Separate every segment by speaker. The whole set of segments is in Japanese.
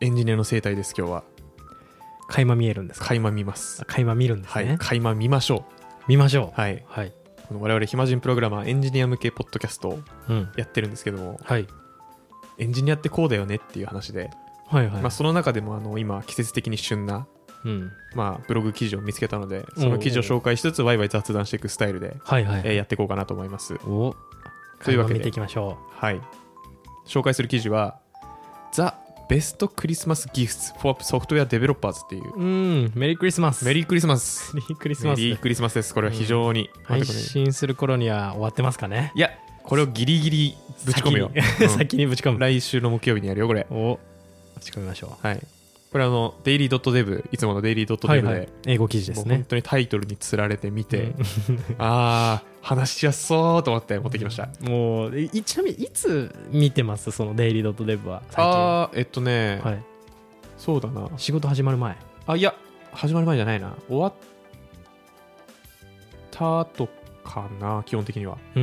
Speaker 1: エンジニアの生態です今日は
Speaker 2: 垣間見えるんですか
Speaker 1: 垣間見ます
Speaker 2: あ垣間見るんです
Speaker 1: は
Speaker 2: ね、
Speaker 1: い垣間見ましょ
Speaker 2: 見ましょ
Speaker 1: うはいう
Speaker 2: はい
Speaker 1: この我々暇人プログラマーエンジニア向けポッドキャストを
Speaker 2: うん
Speaker 1: やってるんですけども
Speaker 2: はい
Speaker 1: エンジニアってこうだよねっていう話で、
Speaker 2: はいはい、
Speaker 1: まあ、その中でもあの今季節的に旬な、
Speaker 2: うん、
Speaker 1: まあ、ブログ記事を見つけたので
Speaker 2: おう
Speaker 1: その記事を紹介しつつワイワイ雑談していくスタイルで、
Speaker 2: はいはい、
Speaker 1: えーやっていこうかなと思います
Speaker 2: お
Speaker 1: というわけで
Speaker 2: 垣間見ていきましょ
Speaker 1: はい紹介する記事は「The Best Christmas Gifts for Software Developers」っていう
Speaker 2: ううんメリークリスマス
Speaker 1: メ
Speaker 2: リ
Speaker 1: リークリスマス
Speaker 2: ークリス
Speaker 1: メ
Speaker 2: マス
Speaker 1: リークリスマスですこれは非常に、まあ
Speaker 2: 配
Speaker 1: 特に
Speaker 2: 信する頃には終わってますかね
Speaker 1: いやこれをギリギリぶち込むよ、
Speaker 2: 先
Speaker 1: う
Speaker 2: に, 、
Speaker 1: ん
Speaker 2: ぶち込む
Speaker 1: 来週の木曜日にやるよこれ
Speaker 2: おぶち込みましょ
Speaker 1: はいこれあのデイリー .dev いつものデイリー
Speaker 2: う
Speaker 1: .dev で、
Speaker 2: はいはい英語記事で
Speaker 1: もう
Speaker 2: す
Speaker 1: 本
Speaker 2: ね
Speaker 1: 当にタイトルにつられてみて、
Speaker 2: うん
Speaker 1: ああ話しやすそうと思って持ってきました、
Speaker 2: もういちなみにいつ見てますそのデイリードットデブは最近
Speaker 1: ああえっとね、
Speaker 2: はい、
Speaker 1: そうだな
Speaker 2: 仕事始まる前
Speaker 1: あいや始まる前じゃないな終わった後かな基本的には
Speaker 2: うー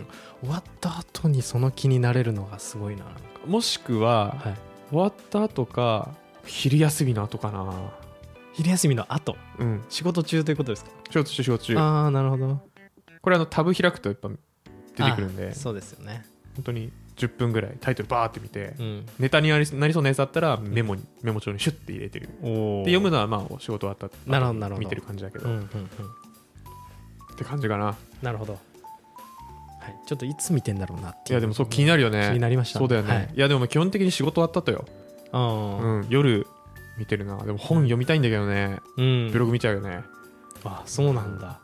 Speaker 2: ん終わった後にその気になれるのがすごいななんか
Speaker 1: もしくは、
Speaker 2: はい
Speaker 1: 終わった後か昼休みの後かな
Speaker 2: 昼休みの後
Speaker 1: うん
Speaker 2: 仕事中ということですか
Speaker 1: 仕事中仕事中
Speaker 2: ああなるほど
Speaker 1: これあのタブ開くとやっぱ出てくるんで
Speaker 2: あそうですよね
Speaker 1: 本当に10分ぐらいタイトルバーって見て、
Speaker 2: うん
Speaker 1: ネタになりなりそうなやつだったらメモに、メモ帳にシュッて入れてる
Speaker 2: お
Speaker 1: で読む
Speaker 2: の
Speaker 1: のはまあお仕事終わった後に
Speaker 2: なるほどなるほど
Speaker 1: 見てる感じだけど、
Speaker 2: うんうんうん
Speaker 1: って感じかな
Speaker 2: なるほど、はい、ちょっといつ見てんだろうなっ
Speaker 1: い
Speaker 2: ていう
Speaker 1: やでもそう気になるよね
Speaker 2: 気になりました
Speaker 1: そうだよね、
Speaker 2: はい
Speaker 1: い、やでも基本的に仕事終わったとよ、
Speaker 2: あ
Speaker 1: うん、夜見てるなでも本読みたいんだけどね、
Speaker 2: ーうん
Speaker 1: ブログ見ちゃうよね
Speaker 2: あそうなんだ、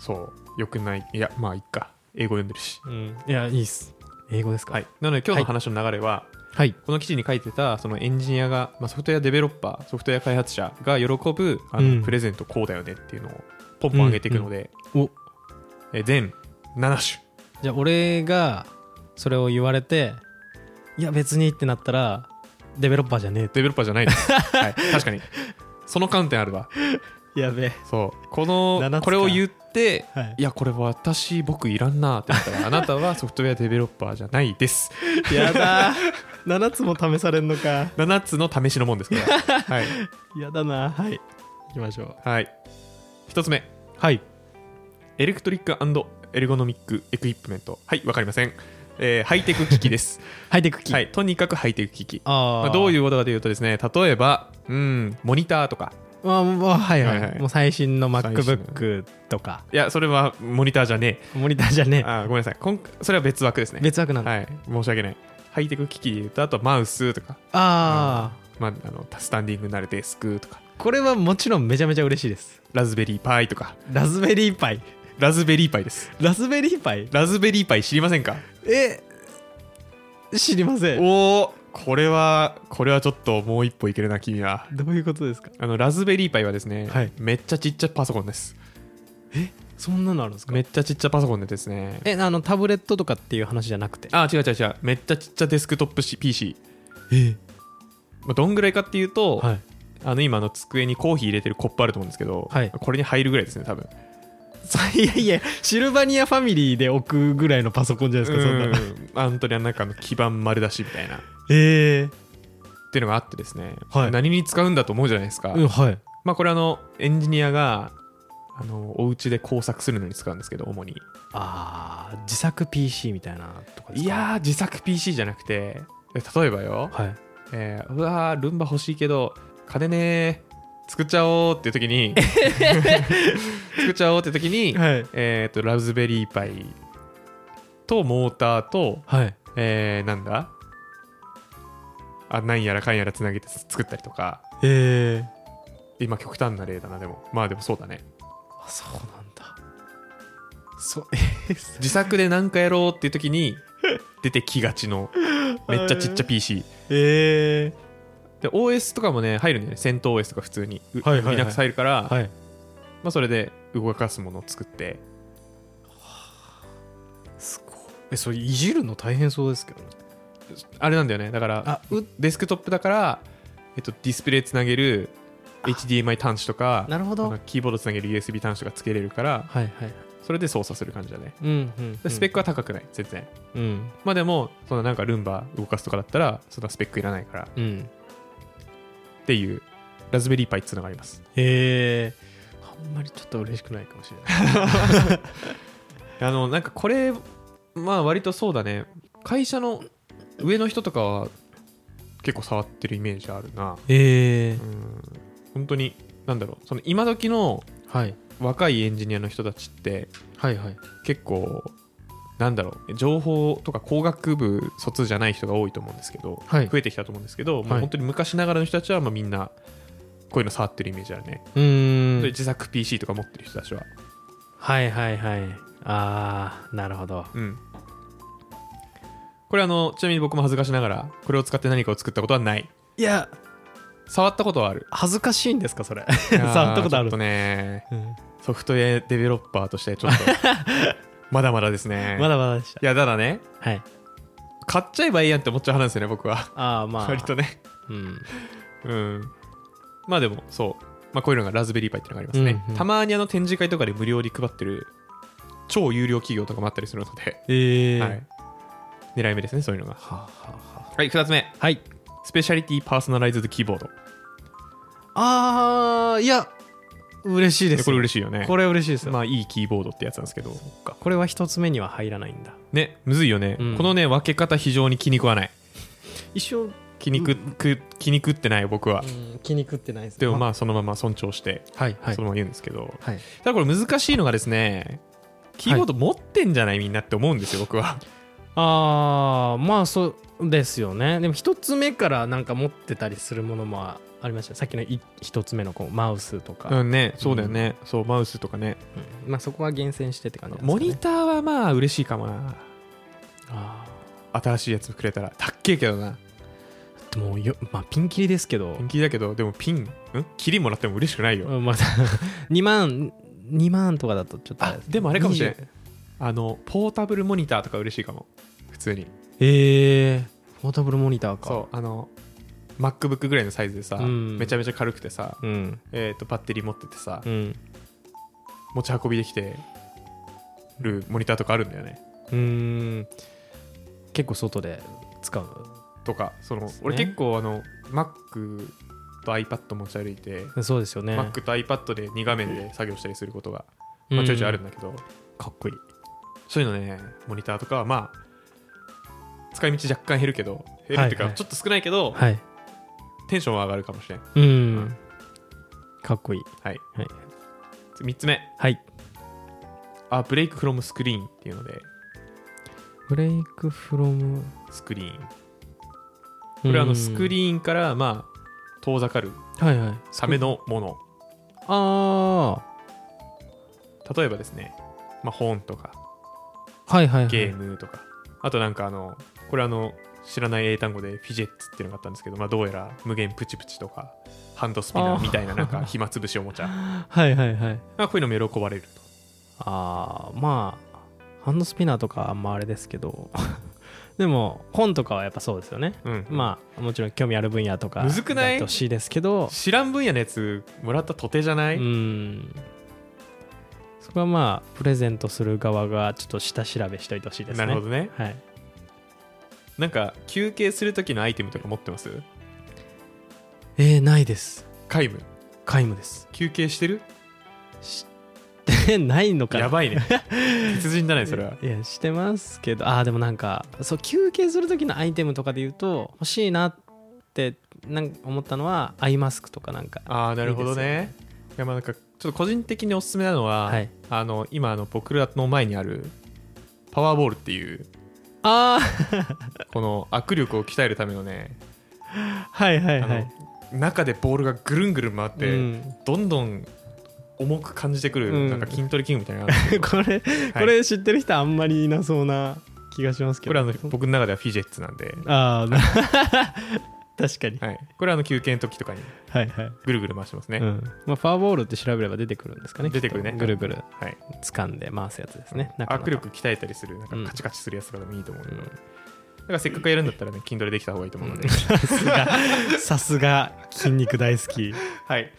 Speaker 1: そうよくないいやまあいっか英語読んでるし
Speaker 2: うん、いやいいっす英語ですか
Speaker 1: はいなので今日の話の流れは、
Speaker 2: はい
Speaker 1: この記事に書いてたそのエンジニアが、まあ、ソフトウェアデベロッパーソフトウェア開発者が喜ぶあの、
Speaker 2: うん
Speaker 1: プレゼントこうだよねっていうのをポンポン上げていくので、
Speaker 2: うんうんお
Speaker 1: え全7種
Speaker 2: じゃあ俺がそれを言われていや別にってなったらデベロッパーじゃねえと
Speaker 1: デベロッパーじゃないで す、はい、確かにその観点あるわ
Speaker 2: やべえ
Speaker 1: そうこ
Speaker 2: 七
Speaker 1: の
Speaker 2: つか
Speaker 1: これを言って、
Speaker 2: はい
Speaker 1: いやこれ私僕いらんなってなったらあなたはソフトウェアデベロッパーじゃないです
Speaker 2: やだ7つも試されんのか
Speaker 1: 7つの試しのもんです からはい、
Speaker 2: やだなはい行きましょう
Speaker 1: はい、1つ目
Speaker 2: はい
Speaker 1: エレクトリックエルゴノミックエクイプメントはいわかりません、えーハイテク機器です
Speaker 2: ハイテ ク機、
Speaker 1: はいとにかくハイテク機器
Speaker 2: あ
Speaker 1: まあ、
Speaker 2: あ
Speaker 1: どういううことかというとですね例えばうんモニターとか
Speaker 2: まあまあはいはい、
Speaker 1: はいはい
Speaker 2: もう最新の
Speaker 1: 最新の
Speaker 2: MacBook とか
Speaker 1: いやそれはモニターじゃね
Speaker 2: モニターじゃね
Speaker 1: えあーごめんなさいこんそれは別枠ですね
Speaker 2: え別枠なんだ、
Speaker 1: はい申し訳ないハイテク機器で言うとあとマウスとか
Speaker 2: ああ、
Speaker 1: まあ、あのスタンディングになるデスクとか
Speaker 2: これはもちろんめちゃめちゃ嬉しいです
Speaker 1: ラズベリーパイとか
Speaker 2: ラズベリーパイ
Speaker 1: ラズベリーパイです
Speaker 2: ラズベリーパイ
Speaker 1: ラズベリーパイ知りませんか
Speaker 2: え知りませ ん
Speaker 1: おおこれはこれはちょっともう一歩いけるな君は
Speaker 2: どういうことですか
Speaker 1: あのラズベリーパイはですね、
Speaker 2: はい
Speaker 1: めっちゃちっちゃパソコンです
Speaker 2: そんなのあるんですか
Speaker 1: めっちゃちっちゃパソコンでですね
Speaker 2: えあのタブレットとかっていう話じゃなくて
Speaker 1: あ違う違う違うめっちゃちっちゃデスクトップし PC、
Speaker 2: え
Speaker 1: まあ、どんぐらいかっていうと、
Speaker 2: はい
Speaker 1: あの今あの机にコーヒー入れてるコップあると思うんですけど、
Speaker 2: はい
Speaker 1: これに入るぐらいですね多分
Speaker 2: いやいやシルバニアファミリーで置くぐらいのパソコンじゃないですかそんな
Speaker 1: う
Speaker 2: の
Speaker 1: んあ本当にあのなんかあの基板丸出しみたいな
Speaker 2: ええ
Speaker 1: っていうのがあってですね、
Speaker 2: はい
Speaker 1: 何に使うんだと思うじゃないですか、
Speaker 2: うんはい
Speaker 1: まあこれあのエンジニアがあのお家で工作するのに使うんですけど主に
Speaker 2: あー自作 PC みたいなとかで
Speaker 1: い
Speaker 2: すか
Speaker 1: やー自作 PC じゃなくて例えばよ、
Speaker 2: はい
Speaker 1: えーうわールンバ欲しいけど金ねー作っちゃおうっていう時 に作っちゃおうって時に、
Speaker 2: はい
Speaker 1: えー、とラズベリーパイとモーターと、
Speaker 2: はい
Speaker 1: えーなんだあなんやらかんやらつなげて作ったりとか
Speaker 2: ええ
Speaker 1: 今極端な例だなでもまあでもそうだね
Speaker 2: あそうなんだそえ
Speaker 1: 自作で何かやろうっていう時 に出てきがちのめっちゃちっちゃ PC
Speaker 2: え
Speaker 1: で OS とかもね入るんだよね戦闘 OS とか普通に、う
Speaker 2: はいはいはい
Speaker 1: Linux 入るから、
Speaker 2: はい
Speaker 1: まあ、それで動かすものを作って
Speaker 2: すごいえそれいじるの大変そうですけどね
Speaker 1: あれなんだよねだから
Speaker 2: あう
Speaker 1: デスクトップだから、えっと、ディスプレイつなげる HDMI 端子とか
Speaker 2: なるほ
Speaker 1: あ
Speaker 2: ど
Speaker 1: のキーボードつなげる USB 端子がつけれるから
Speaker 2: はいはい
Speaker 1: それで操作する感じだね
Speaker 2: うんうん、う
Speaker 1: で
Speaker 2: ん、
Speaker 1: スペックは高くない全然
Speaker 2: うん
Speaker 1: まあでもそのなんかルンバ動かすとかだったらそんなスペックいらないから
Speaker 2: うん
Speaker 1: っていうラズベリーパイつながります
Speaker 2: えー、あんまりちょっと嬉しくないかもしれない。
Speaker 1: あのなんかこれまあ割とそうだね会社の上の人とかは結構触ってるイメージあるな
Speaker 2: えー
Speaker 1: う、ん本当になんだろうその今時の
Speaker 2: はい。
Speaker 1: 若いエンジニアの人たちって
Speaker 2: はいはい。
Speaker 1: 結構なんだろう情報とか工学部卒じゃない人が多いと思うんですけど、
Speaker 2: はい
Speaker 1: 増えてきたと思うんですけど、ま
Speaker 2: は
Speaker 1: あ、
Speaker 2: い
Speaker 1: 本当に昔ながらの人たちはまあみんなこういうの触ってるイメージあるね、
Speaker 2: うー
Speaker 1: で
Speaker 2: ん。
Speaker 1: 自作 PC とか持ってる人たちは、
Speaker 2: はいはいはい。あー、なるほど。
Speaker 1: うん、これあのちなみに僕も恥ずかしながらこれを使って何かを作ったことはない
Speaker 2: いや、
Speaker 1: 触ったことはある
Speaker 2: 恥ずかしいんですか、それ。
Speaker 1: いやー
Speaker 2: 触ったことあ
Speaker 1: ちょ
Speaker 2: る
Speaker 1: っとね
Speaker 2: うん
Speaker 1: ソフトウェアデベロッパーとしてちょっと まだまだですね
Speaker 2: まだまだでした。
Speaker 1: いやただね
Speaker 2: はい。
Speaker 1: 買っちゃえばいいやんって思っちゃう派なんですよね僕は
Speaker 2: あー、まあ。
Speaker 1: 割とね
Speaker 2: うん。
Speaker 1: うん。まあでも、そう。まあ、こういうのがラズベリーパイってのがありますね。
Speaker 2: うんうん
Speaker 1: たまにあの展示会とかで無料で配ってる超有料企業とかもあったりするので、
Speaker 2: えー。
Speaker 1: はい。狙い目ですね、そういうのが。
Speaker 2: ははは
Speaker 1: はい、2つ目。
Speaker 2: はい。
Speaker 1: スペシャリティパーソナライズドキーボード。
Speaker 2: あー、いや、嬉しいです。
Speaker 1: これ嬉しいよね。
Speaker 2: これ嬉しいですよ。
Speaker 1: まあ、いいキーボードってやつなんですけど。
Speaker 2: これは一つ目には入らないんだ。
Speaker 1: ね、むずいよね。
Speaker 2: うん
Speaker 1: このね、分け方非常に気に食わない。
Speaker 2: 一瞬、
Speaker 1: 気に食,、く気に食ってない僕は。
Speaker 2: 気に食ってないです
Speaker 1: でもまあ、そのまま尊重して、
Speaker 2: はいはい
Speaker 1: そのまま言うんですけど。
Speaker 2: はい
Speaker 1: ただこれ難しいのがですね、キーボード持ってんじゃないみんなって思うんですよ、僕は。
Speaker 2: ああまあそうですよねでも一つ目からなんか持ってたりするものもありましたねさっきのい一つ目のこうマウスとか、
Speaker 1: うんね、そうだよね、そうマウスとかね
Speaker 2: うんまあそこは厳選してって感じなんです
Speaker 1: モ
Speaker 2: かね
Speaker 1: ニターはまあ嬉しいかもな
Speaker 2: あ
Speaker 1: 新しいやつくれたらたっけえけどな
Speaker 2: ーでもよまあピンキリですけど
Speaker 1: ピンキリだけどでもピンんキリもらっても嬉しくないよ、
Speaker 2: うんまあ 2万2万とかだとちょっと
Speaker 1: あ
Speaker 2: れす
Speaker 1: でもあれかもしれん
Speaker 2: 20
Speaker 1: あのポータブルモニターとか嬉しいかも普通に
Speaker 2: えー、ポータブルモニターか
Speaker 1: そうあの MacBook ぐらいのサイズでさ、
Speaker 2: うん
Speaker 1: めちゃめちゃ軽くてさ、
Speaker 2: うん
Speaker 1: えー、とバッテリー持っててさ、
Speaker 2: うん
Speaker 1: 持ち運びできてるモニターとかあるんだよね
Speaker 2: うーん結構外で使う
Speaker 1: とかその
Speaker 2: すね
Speaker 1: 俺結構あの Mac と iPad 持ち歩いて、
Speaker 2: そうですよね
Speaker 1: Mac と iPad で2画面で作業したりすることが、まあ、ちょいちょいあるん
Speaker 2: だ
Speaker 1: だけど、
Speaker 2: かっこいい
Speaker 1: そういうのねモニターとかはまあ使い道若干減るけど減るっていうか、
Speaker 2: はいはい
Speaker 1: ちょっと少ないけど、
Speaker 2: はい
Speaker 1: テンションは上がるかもしれん、
Speaker 2: うん。かっこいい。
Speaker 1: はい
Speaker 2: はい。
Speaker 1: 3つ目
Speaker 2: はい。
Speaker 1: あブレイクフロムスクリーンっていうので
Speaker 2: ブレイクフロム。
Speaker 1: スクリーンこれはあのスク
Speaker 2: ー
Speaker 1: リーンからまあ遠ざかる
Speaker 2: ン。はいはい。
Speaker 1: ためのもの
Speaker 2: あ
Speaker 1: 例えばですね、まあ、本とか
Speaker 2: あ。はいはいはい。
Speaker 1: ゲー。ムとか、あとなんかあのこれあの知らない英単語でフィジェッツっていうのがあったんですけど、まあ、どうやら無限プチプチとかハンドスピナーみたいななん か暇つぶしおもちゃ
Speaker 2: はいはいはい。
Speaker 1: まあこういうのも喜ばれると
Speaker 2: ああ、まあ、ハンドスピナーとかあんまあれですけど。 でも、本とかはやっぱそうですよね。
Speaker 1: うん
Speaker 2: まあ、もちろん興味ある分野とか。
Speaker 1: むずくない
Speaker 2: やってほしいですけど。
Speaker 1: 知らん分野のやつもらったとてじゃな
Speaker 2: う
Speaker 1: い、
Speaker 2: ん。そこはまあ、プレゼントする側がちょっと下調べしといてほしいですね。
Speaker 1: なるほどね
Speaker 2: はい。
Speaker 1: なんか休憩する時のアイテムとか持ってます
Speaker 2: えー、ないです。
Speaker 1: 皆無
Speaker 2: 皆無です。
Speaker 1: 休憩してる
Speaker 2: え ないのかな
Speaker 1: や ばいね鉄人だねそれはい
Speaker 2: やしてますけどあーでもなんかそう休憩する時のアイテムとかで言うと欲しいなってなんか思ったのはアイマスクとかなんか
Speaker 1: ああなるほどねいやまあなんかちょっと個人的におすすめなのは、
Speaker 2: はい
Speaker 1: あの今あの僕らの前にあるパワーボールっていう
Speaker 2: あ
Speaker 1: この握力を鍛えるためのね、
Speaker 2: あはいはいは
Speaker 1: あ
Speaker 2: い
Speaker 1: の中でボールがぐるんぐるん回って、
Speaker 2: うん
Speaker 1: どんどん重く感じてくる、
Speaker 2: うん
Speaker 1: なんか筋トレ器具みたいなのがあるんですけど
Speaker 2: これ、これ知ってる人あんまりいなそうな気がし ますけ
Speaker 1: こ
Speaker 2: ど
Speaker 1: れあの僕の中ではフィジェッツなんで、
Speaker 2: ああな確かに
Speaker 1: はい、これあの休憩の時とかに
Speaker 2: はいはい、
Speaker 1: ぐるぐる回してますね、
Speaker 2: うんまあ、ファーボールって調べれば出てくるんですかね
Speaker 1: 出てくるね
Speaker 2: きっとぐるぐる
Speaker 1: はい、
Speaker 2: 掴んで回すやつですねなかなか
Speaker 1: 握力鍛えたりするなんかカチカチするやつとかでもいいと思うけど、だからせっかくやるんだったらね筋トレできた方がいいと思うので、
Speaker 2: さすがさすが筋肉大好き
Speaker 1: はい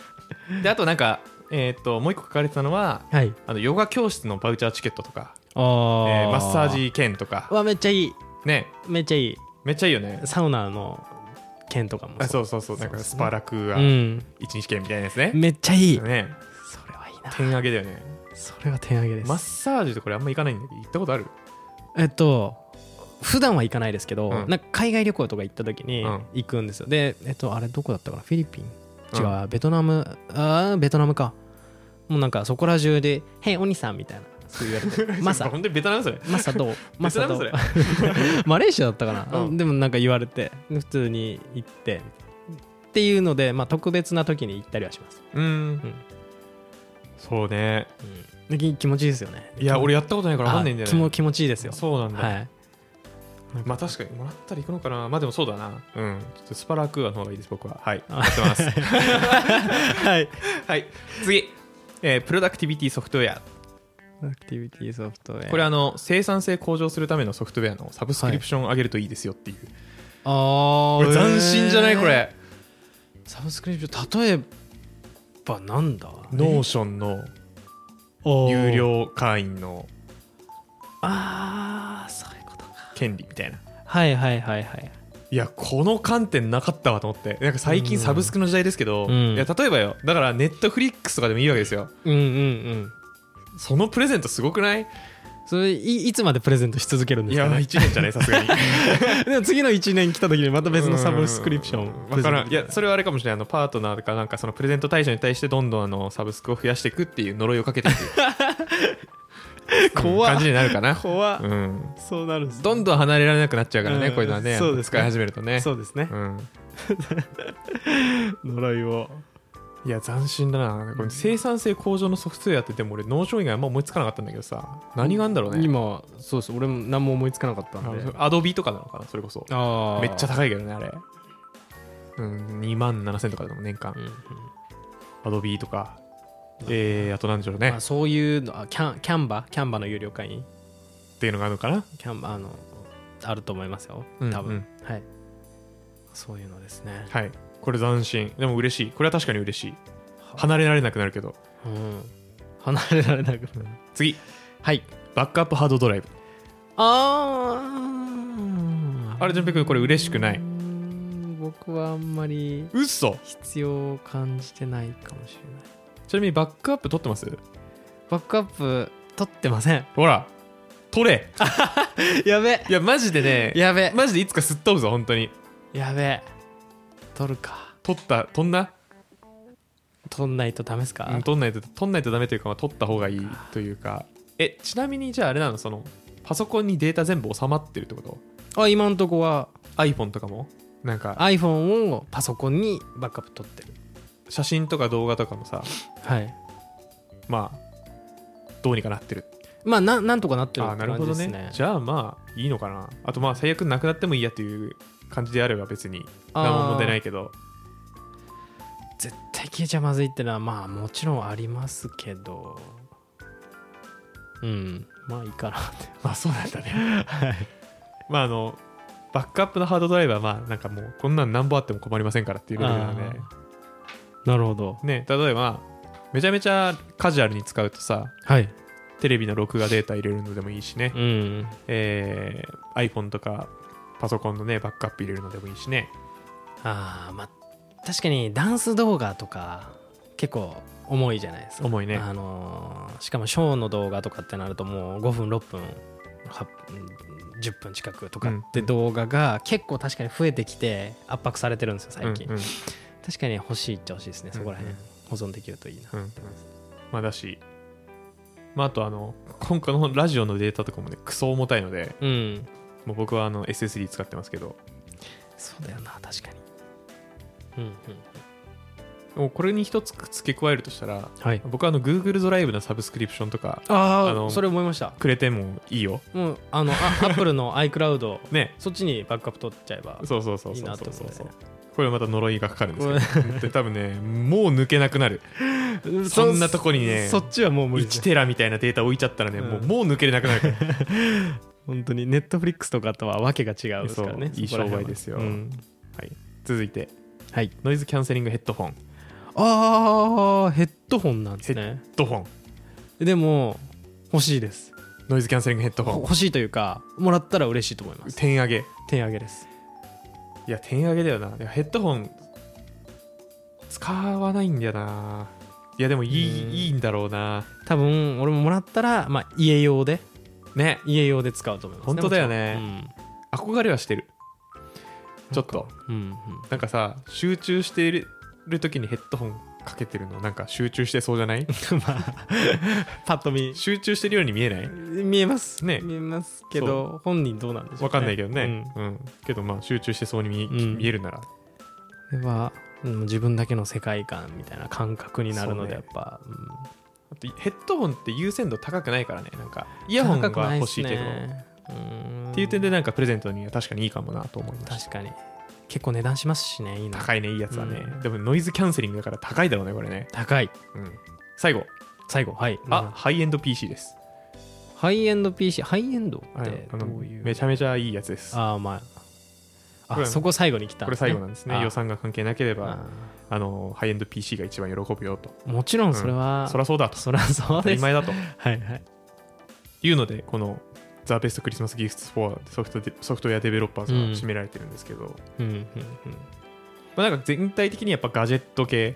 Speaker 1: であとなんかえっともう一個書かれてたの は
Speaker 2: はい
Speaker 1: あのヨガ教室のバウチャーチケットとか、
Speaker 2: あ
Speaker 1: え
Speaker 2: ー
Speaker 1: ーマッサージ券とか
Speaker 2: わめっちゃいい
Speaker 1: ね
Speaker 2: めっちゃいい
Speaker 1: めっちゃいいよね
Speaker 2: サウナの券とかも
Speaker 1: あそうそうそう、なんかスパラク
Speaker 2: う
Speaker 1: が
Speaker 2: うん
Speaker 1: 一日券みたいなやつね。
Speaker 2: めっちゃいい
Speaker 1: ね
Speaker 2: それはいいな
Speaker 1: 点上げだよね。
Speaker 2: それは点上げです、
Speaker 1: マッサージとこれあんま行かないんだけど、行ったことある
Speaker 2: えっと普段は行かないですけど、
Speaker 1: うん
Speaker 2: なんか海外旅行とか行った時に
Speaker 1: うん
Speaker 2: 行くんですよ、でえっとあれどこだったかなフィリピン違う、
Speaker 1: う
Speaker 2: ベトナムあーベトナムかもうなんかそこら中で「へいお兄さん」みたいなそう言われ て「 マサ
Speaker 1: ほんと にベタなんそれ。
Speaker 2: マサどうマ
Speaker 1: 別
Speaker 2: サ
Speaker 1: な
Speaker 2: ど
Speaker 1: の
Speaker 2: う
Speaker 1: それ。
Speaker 2: マレーシアだったかな、
Speaker 1: うん
Speaker 2: でもなんか言われて普通に行ってっていうので、まあ、特別な時に行ったりはします、
Speaker 1: うん。そうね。
Speaker 2: うん、で気持ちいいですよね
Speaker 1: いや、俺やったことないから分かんないんだよ
Speaker 2: あ気も
Speaker 1: ね。
Speaker 2: 気持ちいいですよ
Speaker 1: そうなん
Speaker 2: は
Speaker 1: だ。
Speaker 2: い
Speaker 1: まあ確かに、もらったら行くのかな。まあでもそうだな。うん。ちょっとスパラクーアの方がいいです、僕は。はい。やってます。
Speaker 2: はい
Speaker 1: はい。 次。えープロダクティビティソフトウェア。
Speaker 2: アクティビティソフトウェア
Speaker 1: これあの生産性向上するためのソフトウェアのサブスクリプションを上げるといいですよっていう、
Speaker 2: あ
Speaker 1: これ斬新じゃないこ
Speaker 2: え
Speaker 1: れ
Speaker 2: ーサブスクリプション例えばなんだ
Speaker 1: ノーションの有料会員の
Speaker 2: ああそういうことか
Speaker 1: 権利みたいな
Speaker 2: はいはいはいはい
Speaker 1: いやこの観点なかったわと思ってなんか最近サブスクの時代ですけど、
Speaker 2: うん
Speaker 1: いや例えばよだからネットフリックスとかでもいいわけですよ
Speaker 2: うんうんうん
Speaker 1: そのプレゼントすごくない
Speaker 2: それいいつまでプレゼントし続けるん
Speaker 1: い
Speaker 2: です
Speaker 1: や
Speaker 2: か、ね、
Speaker 1: 1年じゃないさすがに
Speaker 2: でも次の1年来た時にまた別のサブスクリプション
Speaker 1: うんわからんいやそれはあれかもしれないあのパートナーとかなんかそのプレゼント対象に対してどんどんあのサブスクを増やしていくっていう呪いをかけていく
Speaker 2: 怖っ
Speaker 1: 感じになるかな
Speaker 2: 怖っ
Speaker 1: うん
Speaker 2: そうなるんですね
Speaker 1: どんどん離れられなくなっちゃうからね、
Speaker 2: うん
Speaker 1: こういうのはね
Speaker 2: そうですね
Speaker 1: 使い始めるとね
Speaker 2: そうですね
Speaker 1: うん、
Speaker 2: 呪いを
Speaker 1: いや斬新だなこれ生産性向上のソフトウェアってでも俺農場以外あんま思いつかなかったんだけどさ何があんだろうね
Speaker 2: 今そうです俺も何も思いつかなかったんで
Speaker 1: アドビとかなのかなそれこそ
Speaker 2: あ
Speaker 1: めっちゃ
Speaker 2: 高い、
Speaker 1: 高いけどねあれうん2万7000とかでも年間
Speaker 2: うんうん
Speaker 1: アドビとかえー、あとなんでしょうね、
Speaker 2: まあ、
Speaker 1: っ
Speaker 2: そういうのあキャンキャンバキャンバの有料会員
Speaker 1: ていうのがあるのかな
Speaker 2: キャンバあのあると思いますよ
Speaker 1: うん
Speaker 2: 多分、
Speaker 1: うん
Speaker 2: はいそういうのですね、
Speaker 1: はいこれ斬新でも嬉しいこれは確かに嬉しい離れられなくなるけど
Speaker 2: うん、離れられなくなる
Speaker 1: 次
Speaker 2: はい
Speaker 1: バックアップハードドライブ
Speaker 2: あ
Speaker 1: あれ純平君これ嬉しくないう
Speaker 2: ーん僕はあんまり
Speaker 1: うっそ
Speaker 2: 必要を感じてないかもしれない
Speaker 1: ちなみにバックアップ取ってます
Speaker 2: バックアップ取ってません
Speaker 1: ほら取れ
Speaker 2: やべ
Speaker 1: いやマジでね
Speaker 2: やべ
Speaker 1: マジでいつかすっ飛ぶぞ本当に
Speaker 2: やべ取るか
Speaker 1: 取った取んな
Speaker 2: 取んないとダメですか、
Speaker 1: うん取んないと取んないとダメというか、まあ、取った方がいいというかえちなみにじゃああれなのそのパソコンにデータ全部収まってるってこと
Speaker 2: あ今んとこは
Speaker 1: iPhone とかもなんか
Speaker 2: iPhone をパソコンにバックアップ取ってる
Speaker 1: 写真とか動画とかもさ
Speaker 2: はい
Speaker 1: まあどうにかなってる
Speaker 2: まあななんとかなってる
Speaker 1: あー
Speaker 2: って
Speaker 1: なるほ
Speaker 2: 感じ
Speaker 1: ど
Speaker 2: で
Speaker 1: ね
Speaker 2: すね
Speaker 1: じゃあまあいいのかなあとまあ最悪なくなってもいいやという感じであれば別に
Speaker 2: あー
Speaker 1: 何も問題ないけど
Speaker 2: 絶対消えちゃまずいってのはまあもちろんありますけどうんまあいいかなって
Speaker 1: まあそうなんだねまああのバックアップのハードドライブはまあなんかもうこんなん何本あっても困りませんからっていうレベルなので
Speaker 2: なるほど
Speaker 1: ね例えばめちゃめちゃカジュアルに使うとさ
Speaker 2: はい
Speaker 1: テレビの録画データ入れるのでもいいしね、
Speaker 2: うん
Speaker 1: えー iPhone とかパソコンのねバックアップ入れるのでもいいしね
Speaker 2: ああまあ確かにダンス動画とか結構重いじゃないですか
Speaker 1: 重いね
Speaker 2: あのーしかもショーの動画とかってなるともう5分6分はうん10分近くとかって動画が結構確かに増えてきて圧迫されてるんですよ最近、
Speaker 1: うんうん
Speaker 2: 確かに欲しいっちゃ欲しいですねそこら辺、
Speaker 1: うん
Speaker 2: 保存できるといいな、
Speaker 1: うんうんまあだし、まあ、あとあの今回のラジオのデータとかもねクソ重たいので
Speaker 2: うん
Speaker 1: もう僕はあの SSD 使ってますけど
Speaker 2: そうだよな確かにうんうん
Speaker 1: もうこれに一つ付け加えるとしたら
Speaker 2: はい
Speaker 1: 僕はあの Google ドライブのサブスクリプションとか
Speaker 2: あ
Speaker 1: あの
Speaker 2: あそれ思いました
Speaker 1: くれてもいいよ
Speaker 2: もうあのあアップルの iCloud
Speaker 1: ね
Speaker 2: そっちにバックアップ取っちゃえば
Speaker 1: そうそうそう
Speaker 2: いい
Speaker 1: そ
Speaker 2: な
Speaker 1: う
Speaker 2: と
Speaker 1: そう
Speaker 2: 思
Speaker 1: そ
Speaker 2: うん
Speaker 1: う
Speaker 2: だよね
Speaker 1: これまた呪いがかかるんですよで多分ねもう抜けなくなるそんなとこにね
Speaker 2: そっちはもう無理
Speaker 1: 1テラみたいなデータ置いちゃったらね、
Speaker 2: うん
Speaker 1: もうもう抜けれなくなる から
Speaker 2: 本当にネットフリックスとかとはわけが違うですからね
Speaker 1: そういい
Speaker 2: そこら辺
Speaker 1: 商
Speaker 2: は
Speaker 1: 売ですよ
Speaker 2: うん
Speaker 1: はい、続いて
Speaker 2: はい
Speaker 1: ノイズキャンセリングヘッドフォン
Speaker 2: ああヘッドホンなんですね
Speaker 1: ドフォン
Speaker 2: でも欲しいです
Speaker 1: ノイズキャンセリングヘッドフ
Speaker 2: ほ
Speaker 1: ォン
Speaker 2: 欲しいというかもらったら嬉しいと思います
Speaker 1: 点上げ
Speaker 2: 手上げです
Speaker 1: いや点上げだよないやヘッドホン使わないんだよないやでもいい,、
Speaker 2: うん
Speaker 1: いいんだろうな
Speaker 2: 多分俺ももらったら、まあ、家用で
Speaker 1: ね
Speaker 2: 家用で使うと思います、
Speaker 1: 本当だよね
Speaker 2: も
Speaker 1: 憧れはしてるちょっと
Speaker 2: ちろんうんうんうん
Speaker 1: なんかさ集中している時にヘッドホンかけてるのなんか集中してそうじゃない
Speaker 2: まあパッと見
Speaker 1: 集中してるように見えない
Speaker 2: 見えます
Speaker 1: ね
Speaker 2: 見えますけど本人どうなんでしょう、ね、
Speaker 1: わかんないけどね、うんけどまあ集中してそうに見,、
Speaker 2: うん
Speaker 1: 見えるなら
Speaker 2: うん、これはうん自分だけの世界観みたいな感覚になるの
Speaker 1: そ
Speaker 2: でや
Speaker 1: う
Speaker 2: っ
Speaker 1: ね
Speaker 2: ぱう,、
Speaker 1: あとヘッドホンって優先度高くないからねなんかイヤホンが欲しいけど
Speaker 2: どうん
Speaker 1: っていう点でなんかプレゼントには確かにいいかもなと思いました
Speaker 2: 確かに結構値段しますしねいいの
Speaker 1: 高いねいいやつはね、
Speaker 2: うん
Speaker 1: でもノイズキャンセリングだから高いだろうねこれね、
Speaker 2: 高い
Speaker 1: うん、最後
Speaker 2: 最後はい
Speaker 1: あ、
Speaker 2: うん
Speaker 1: ハイエンド PC です
Speaker 2: ハイエンド PC ハイエンドっ
Speaker 1: は
Speaker 2: て
Speaker 1: いあの
Speaker 2: どういう
Speaker 1: めちゃめちゃいいやつです
Speaker 2: ああまあ
Speaker 1: これ
Speaker 2: あ
Speaker 1: は
Speaker 2: そこ最後に来た
Speaker 1: これ最後なんですね
Speaker 2: あ
Speaker 1: 予算が関係なければ
Speaker 2: あ
Speaker 1: あのハイエンド PC が一番喜ぶよと
Speaker 2: もちろんそれは、
Speaker 1: そりゃそうだと
Speaker 2: そらそう
Speaker 1: 当た
Speaker 2: で
Speaker 1: り
Speaker 2: す
Speaker 1: 前だと
Speaker 2: はいはい
Speaker 1: いうのでこの The Best Christmas Gifts for ソフトデソフトウェアデベロッパーズが
Speaker 2: うん
Speaker 1: 占められてるんですけど、
Speaker 2: うんうんうん
Speaker 1: まあ、なんか全体的にやっぱガジェット系、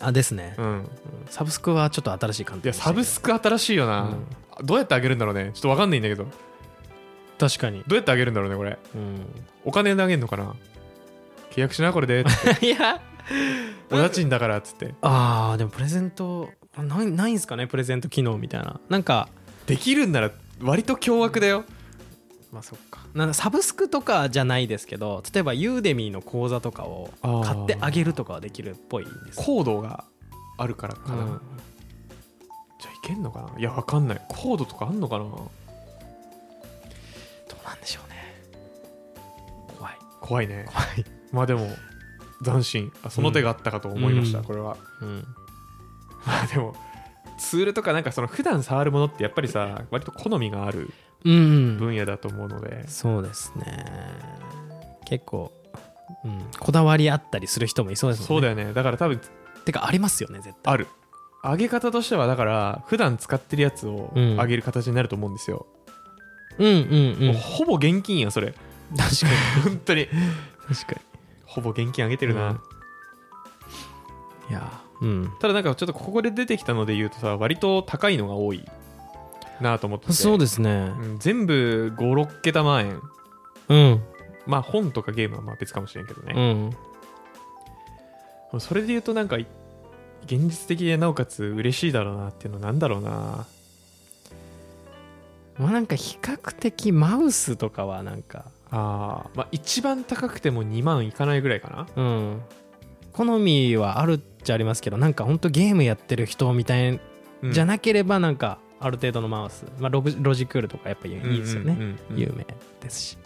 Speaker 2: あですね、
Speaker 1: うん、
Speaker 2: サブスクはちょっと新しい感
Speaker 1: い
Speaker 2: じ
Speaker 1: やサブスク新しいよな、どうやってあげるんだろうねちょっとわかんないんだけどど
Speaker 2: 確かに、
Speaker 1: うやってあげるんだろうねこれ
Speaker 2: うん、
Speaker 1: お金投げんのかな契約しなこれ で
Speaker 2: いや
Speaker 1: お家賃だからっつって
Speaker 2: あーでもプレゼントないないんすかねプレゼント機能みたいななんか
Speaker 1: できるんなら割と凶悪だよ
Speaker 2: まあそっかなんだサブスクとかじゃないですけど例えばユーデミーの講座とかを
Speaker 1: あー
Speaker 2: 買ってあげるとかはできるっぽいですね
Speaker 1: コードがあるからかな、
Speaker 2: うん
Speaker 1: じゃあいけんのかないやわかんないコードとかあんのかな
Speaker 2: どうなんでしょうね怖い
Speaker 1: 怖いね
Speaker 2: 怖い、
Speaker 1: まあでも斬新あその手があったかと思いました、
Speaker 2: うん
Speaker 1: これは
Speaker 2: うん、
Speaker 1: まあでもツールとかなんかその普段触るものってやっぱりさ割と好みがある
Speaker 2: うん
Speaker 1: 分野だと思うので、
Speaker 2: そうですね結構、うん、こだわりあったりする人もいそうです
Speaker 1: そ
Speaker 2: も
Speaker 1: うん
Speaker 2: ね
Speaker 1: だよねだから多分
Speaker 2: てかありますよね絶対
Speaker 1: ある上げ方としてはだから普段使ってるやつを
Speaker 2: うん
Speaker 1: 上げる形になると思うんですよ、
Speaker 2: うんうん
Speaker 1: もうほぼ現金やそれ
Speaker 2: 確か に
Speaker 1: 本当に
Speaker 2: 確か
Speaker 1: ほぼ現金上げてるな、
Speaker 2: うんにいやうん
Speaker 1: ただなんかちょっとここで出てきたので言うとさ割と高いのが多いなと思ってて
Speaker 2: そうですね
Speaker 1: うん全部56桁万円
Speaker 2: うん
Speaker 1: まあ本とかゲームはまあ別かもしれんけど
Speaker 2: う
Speaker 1: ね、
Speaker 2: ん
Speaker 1: それで言うとなんか現実的でなおかつ嬉しいだろうなっていうのはなんだろうな
Speaker 2: まあなんか比較的マウスとかはなんか
Speaker 1: あーまあ一番高くても2万いかないぐらいかな
Speaker 2: うん好みはあるっちゃありますけどなんかほんとゲームやってる人みたい
Speaker 1: うん
Speaker 2: じゃなければなんかある程度のマウス、まあ、ログロジクールとかやっぱいいですよね、
Speaker 1: うんうんうんうん
Speaker 2: 有名ですし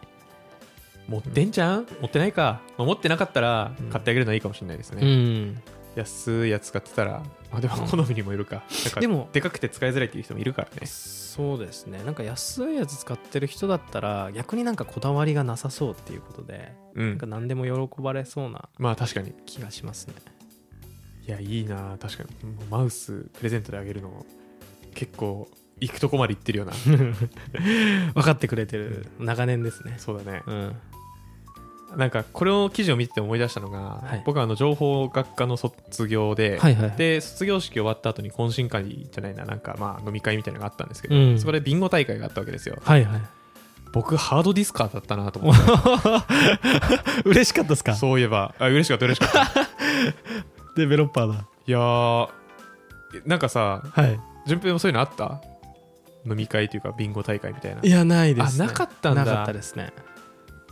Speaker 1: 持ってんじゃん持ってないか、まあ持ってなかったら
Speaker 2: うん
Speaker 1: 買ってあげるのはいいかもしれないですね、
Speaker 2: うん
Speaker 1: 安いやつ使ってたらまあでも好みにもよるかなんか
Speaker 2: でも
Speaker 1: でかくて使いづらいっていう人もいるからね
Speaker 2: そうですねなんか安いやつ使ってる人だったら逆になんかこだわりがなさそうっていうことで
Speaker 1: うん
Speaker 2: なんか何でも喜ばれそうな
Speaker 1: まあ確かに
Speaker 2: 気がしますね
Speaker 1: いやいいな確かにもうマウスプレゼントであげるの結構行くとこまで行って るような
Speaker 2: 分かってくれてる長年ですね
Speaker 1: そうだね
Speaker 2: うん
Speaker 1: なんかこれを記事を見てて思い出したのが、
Speaker 2: はい
Speaker 1: 僕はあの情報学科の卒業で、
Speaker 2: はいはいはい
Speaker 1: で卒業式終わった後に懇親会じゃないななんかまあ飲み会みたいなのがあったんですけど、
Speaker 2: うん
Speaker 1: そこでビンゴ大会があったわけですよ
Speaker 2: はいはい
Speaker 1: 僕ハードディスカーだったなと思って
Speaker 2: 嬉しかったですか
Speaker 1: そういえばあ嬉しかった嬉しかった い
Speaker 2: デベロッパーだ
Speaker 1: やーなんかさ
Speaker 2: はい
Speaker 1: 順平もそういうのあった飲み会というかビンゴ大会みたいない
Speaker 2: いやないです、ね、
Speaker 1: あなかったんだ
Speaker 2: なかったですね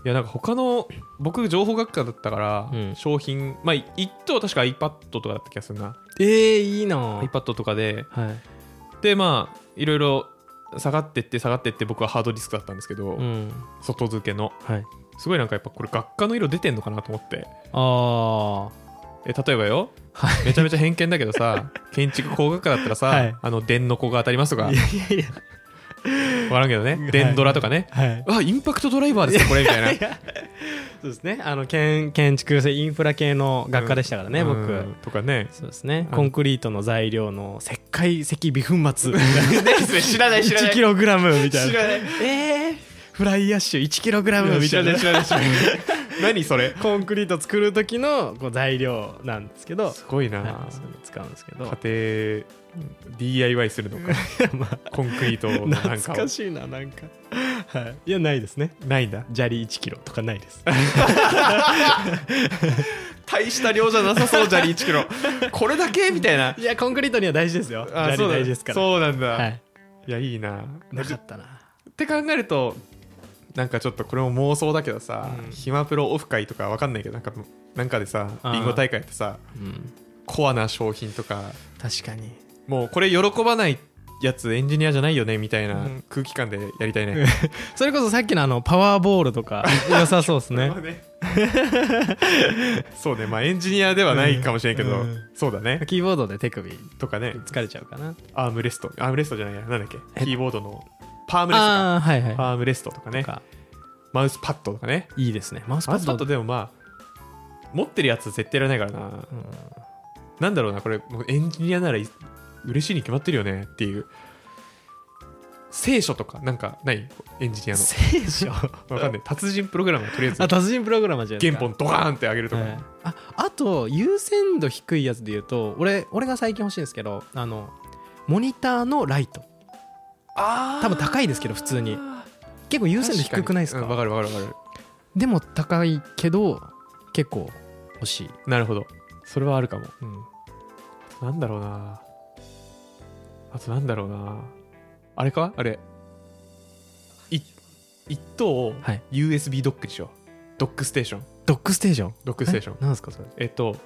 Speaker 1: やなんか他の僕情報学科だったから、
Speaker 2: うん
Speaker 1: 商品まあ一等確か iPad とかだった気がするな
Speaker 2: えー、いいなぁ
Speaker 1: iPad とかで
Speaker 2: はい
Speaker 1: でまあいろいろ下がってって下がってって僕はハードディスクだったんですけど、
Speaker 2: うん
Speaker 1: 外付けの
Speaker 2: はい
Speaker 1: すごいなんかやっぱこれ学科の色出てんのかなと思って
Speaker 2: あ
Speaker 1: え例えばよ、
Speaker 2: はい
Speaker 1: めちゃめちゃ偏見だけど さ建築工学科だったらさ、
Speaker 2: はい
Speaker 1: あの電の子が当たりますとか
Speaker 2: あ
Speaker 1: 分
Speaker 2: いやいや
Speaker 1: からんけどね、
Speaker 2: はい
Speaker 1: 電ドラとかね
Speaker 2: はい
Speaker 1: あインパクトドライバーですよこれみたいな
Speaker 2: そうですねあの建建築インフラ系の学科でしたからね、
Speaker 1: うん
Speaker 2: 僕
Speaker 1: とかね
Speaker 2: そうですね
Speaker 1: あの
Speaker 2: コンクリートの材料の石灰石微粉末
Speaker 1: 知らない知らない
Speaker 2: 1キログラムみたい
Speaker 1: 知
Speaker 2: な
Speaker 1: らない
Speaker 2: えー、フライヤッシュ1キログラムみた
Speaker 1: 知ら
Speaker 2: いな
Speaker 1: ない知らない知らない何それ
Speaker 2: コンクリート作る時のこう材料なんですけど、
Speaker 1: すごいな、
Speaker 2: はい、それで使うんですけど
Speaker 1: 家庭 DIY するのか
Speaker 2: まあ
Speaker 1: コンクリートのなんか
Speaker 2: 懐かしいななんか、はい、いやないですね
Speaker 1: ないんだ
Speaker 2: 砂利1キロとかないです
Speaker 1: 大した量じゃなさそうじゃん1キロ これだけみたいない
Speaker 2: やコンクリートには大事ですよ
Speaker 1: あ
Speaker 2: 砂利
Speaker 1: そうだ
Speaker 2: 大事ですから
Speaker 1: そうなんだ、、
Speaker 2: はいい、
Speaker 1: やいいな
Speaker 2: なかったな
Speaker 1: って考えるとなんかちょっとこれも妄想だけどさ
Speaker 2: うん
Speaker 1: 暇プロオフ会とかわかんないけどなんかなんかでさ
Speaker 2: あー
Speaker 1: ビンゴ大会ってさ
Speaker 2: うん
Speaker 1: コアな商品とか
Speaker 2: 確かに
Speaker 1: もうこれ喜ばないやつエンジニアじゃないよねみたいな
Speaker 2: うん
Speaker 1: 空気感でやりたいね、
Speaker 2: それこそさっきのあのパワーボールと か良さそうですね
Speaker 1: まあね そうねまあエンジニアではないかもしれんけど、
Speaker 2: うんうん
Speaker 1: そうだね
Speaker 2: キーボードで手首
Speaker 1: とかね
Speaker 2: 疲れちゃうかな
Speaker 1: アームレストアームレストじゃないやなんだっけ
Speaker 2: え
Speaker 1: キーボードのパームレストか
Speaker 2: ああはいはい
Speaker 1: パームレストとかね
Speaker 2: とか
Speaker 1: マウスパッドとかね
Speaker 2: いいですねマウスパ
Speaker 1: マウスパッ
Speaker 2: ッ
Speaker 1: ド
Speaker 2: ド
Speaker 1: でもまあ持ってるやつ絶対いらないからな
Speaker 2: うん
Speaker 1: なんだろうなこれもうエンジニアならい嬉しいに決まってるよねっていう聖書とかなんかないエンジニアの
Speaker 2: 聖書
Speaker 1: わかんない達人プログラムはとりあえず
Speaker 2: あ達人プログラマーじゃないです
Speaker 1: 原
Speaker 2: か
Speaker 1: 本ドカーンって上げるとか、
Speaker 2: はいああと優先度低いやつで言うと俺俺が最近欲しいんですけどあのモニターのライト
Speaker 1: あー
Speaker 2: 多分高いですけど普通に結構優先度低くないですか
Speaker 1: 確にうんわ、かるわかるわか
Speaker 2: でも高いけど結構欲しい、
Speaker 1: るなるほどそれはあるかも
Speaker 2: うん
Speaker 1: なんだろうなあとなんだろうなあれかあれい一等を
Speaker 2: はい
Speaker 1: USB ドックでしょ、ドックステーション
Speaker 2: ドックステーション
Speaker 1: ドックステーション
Speaker 2: えなんですかそれ
Speaker 1: えっと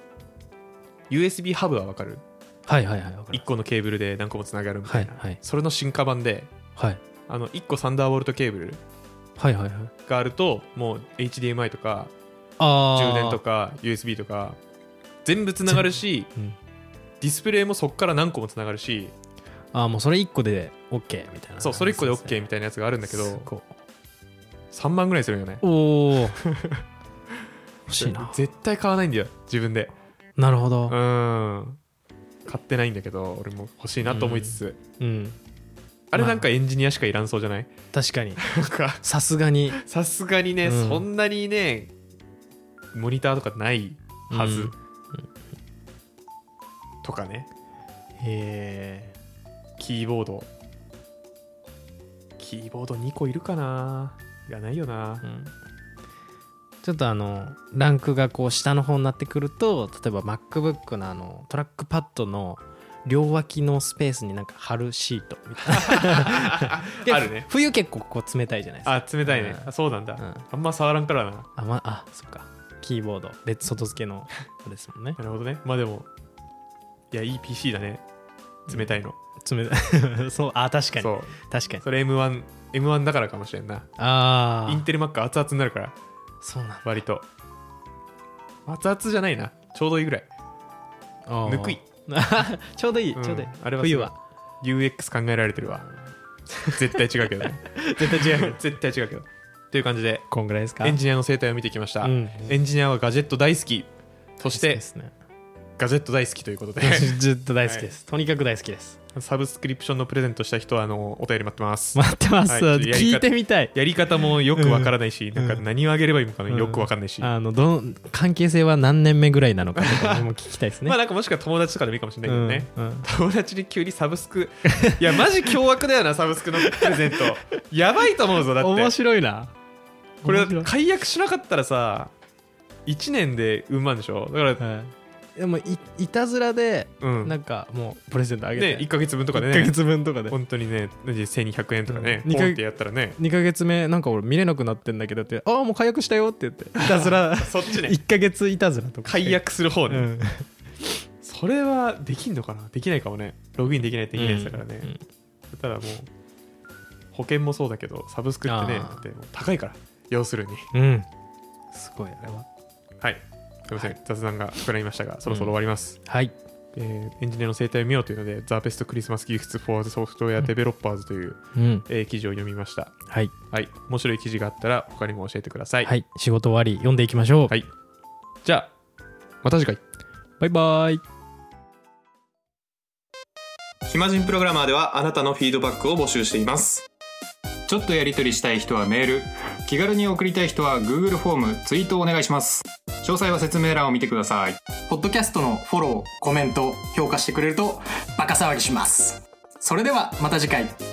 Speaker 1: USB ハブはわかる
Speaker 2: はいはいはいわかる
Speaker 1: 1個のケーブルで何個もつながるみたいな、
Speaker 2: はいはい
Speaker 1: それの進化版で
Speaker 2: はい
Speaker 1: あの1個サンダーボルトケーブル
Speaker 2: はいはいはい
Speaker 1: があるともう HDMI とか
Speaker 2: あー
Speaker 1: 充電とか USB とか全部つながるし
Speaker 2: うん
Speaker 1: ディスプレイもそこから何個もつながるし
Speaker 2: あーもうそれ1個で OK みたいな
Speaker 1: そうそれ1個で OK みたいなやつがあるんだけ
Speaker 2: す
Speaker 1: ど
Speaker 2: ごい
Speaker 1: 3万ぐらいするよね
Speaker 2: おお欲 しいな
Speaker 1: 絶対買わないんだよ自分で
Speaker 2: なるほ
Speaker 1: う
Speaker 2: ど
Speaker 1: ーん買ってないんだけど俺も欲しいなと思いつつ、
Speaker 2: うん
Speaker 1: あれなんかエンジニアしかいらんそうじゃない、
Speaker 2: 確かに
Speaker 1: なんか
Speaker 2: さすが に
Speaker 1: さすがにね、
Speaker 2: うん
Speaker 1: そんなにねモニターとかないはず、
Speaker 2: うんうん
Speaker 1: とかね
Speaker 2: へえ
Speaker 1: キーボードキーボード2個いるかないらないよな、
Speaker 2: ちょっとあのランクがこう下の方になってくると例えば MacBook のあのトラックパッドの両脇のスペースになんか貼るシートみたいな
Speaker 1: あるね
Speaker 2: 冬結構こう冷たいじゃないです
Speaker 1: あ
Speaker 2: か
Speaker 1: 冷たいね、
Speaker 2: うん
Speaker 1: あそうなんだ、
Speaker 2: うん
Speaker 1: あんま触らんからな
Speaker 2: あ,、まあそっかキーボードで外付けのですもんね
Speaker 1: なるほどねまあでもいやいい PC だね冷たいの、
Speaker 2: 冷たい そうあ確か
Speaker 1: そ
Speaker 2: に
Speaker 1: う
Speaker 2: 確かに
Speaker 1: それ M1M1 だからかもしれんな
Speaker 2: あ
Speaker 1: イン
Speaker 2: あ
Speaker 1: テル Mac 熱々になるから
Speaker 2: そうなんだ
Speaker 1: 割と熱々じゃないなちょうどいいぐらい
Speaker 2: あー
Speaker 1: ぬくい
Speaker 2: ちょうどいい、
Speaker 1: うん
Speaker 2: ちょうどいい
Speaker 1: あれはすごい
Speaker 2: 冬は
Speaker 1: UX 考えられてるわ絶対違うけどね
Speaker 2: 絶対違う
Speaker 1: 絶対違うけどという感じで
Speaker 2: こんぐらいですか
Speaker 1: エンジニアの生態を見てきました、
Speaker 2: うん
Speaker 1: エンジニアはガジェット大好きそし
Speaker 2: そうで
Speaker 1: て
Speaker 2: すね
Speaker 1: ガジェット大好きということで
Speaker 2: ずっと大好きです、とにかく大好きです
Speaker 1: サブスクリプションのプレゼントした人はあのお便り待ってます
Speaker 2: 待ってます、
Speaker 1: はいちょっとやり方
Speaker 2: 聞いてみたい
Speaker 1: やり方もよくわからないし、
Speaker 2: ん
Speaker 1: なんか何をあげればいいのかね
Speaker 2: うん
Speaker 1: よくわかんないし、
Speaker 2: あのどの関係性は何年目ぐらいなのかとかも聞きたいです ね
Speaker 1: まあなんかもしくは友達とかでもいいかもしれないけどね、
Speaker 2: うんうん
Speaker 1: 友達に急にサブスクいやマジ凶悪だよなサブスクのプレゼ ントやばいと思うぞだって
Speaker 2: 面白いな
Speaker 1: これだっ
Speaker 2: 面
Speaker 1: て解約しなかったらさ1年でうんまんでしょだから、
Speaker 2: 白いはい、でもいいたずらで
Speaker 1: うん
Speaker 2: なんかもうプレゼントあげ
Speaker 1: ね
Speaker 2: て、
Speaker 1: 1か月分とかで
Speaker 2: 一ヶ
Speaker 1: ね
Speaker 2: 月分とかで
Speaker 1: 本当にね1200円とかね、
Speaker 2: うん二
Speaker 1: ポ
Speaker 2: ヶ
Speaker 1: ンってやったらね
Speaker 2: 2ヶ月目なんか俺見れなくなってんだけどってああもう解約したよって 言っていたずら
Speaker 1: そっちね
Speaker 2: 1ヶ月いたずらとか
Speaker 1: 解約する方
Speaker 2: う
Speaker 1: ね、
Speaker 2: ん
Speaker 1: それはできんのかなできないかもねログインできないといけないですからね、
Speaker 2: うん
Speaker 1: ただもう保険もそうだけどサブスクってね
Speaker 2: あー
Speaker 1: だってもう高いから要するに
Speaker 2: うんすごいあれは
Speaker 1: はいすいません、雑談が膨らみましたがそろそろ終わります、
Speaker 2: はい
Speaker 1: えーエンジニアの生態を見ようというので、ザ・ベスト・クリスマス・ギフツ・フォー・ソフトウェア・デベロッパーズという、
Speaker 2: うん
Speaker 1: えー記事を読みました。
Speaker 2: はい
Speaker 1: はい、面白い記事があったら、他にも教えてください。、
Speaker 2: はいい仕事終わり読んでいきましょう、
Speaker 1: はい、じゃあ、また次回。
Speaker 2: バイバイ
Speaker 3: 暇人プログラマーではあなたのフィードバックを募集していますちょっとやりとりしたい人はメール
Speaker 4: 気軽に送りたい人は Google フォームツイートをお願いします詳細は説明欄を見てください
Speaker 2: ポッドキャストのフォロー、コメント、評価してくれるとバカ騒ぎします。それではまた次回。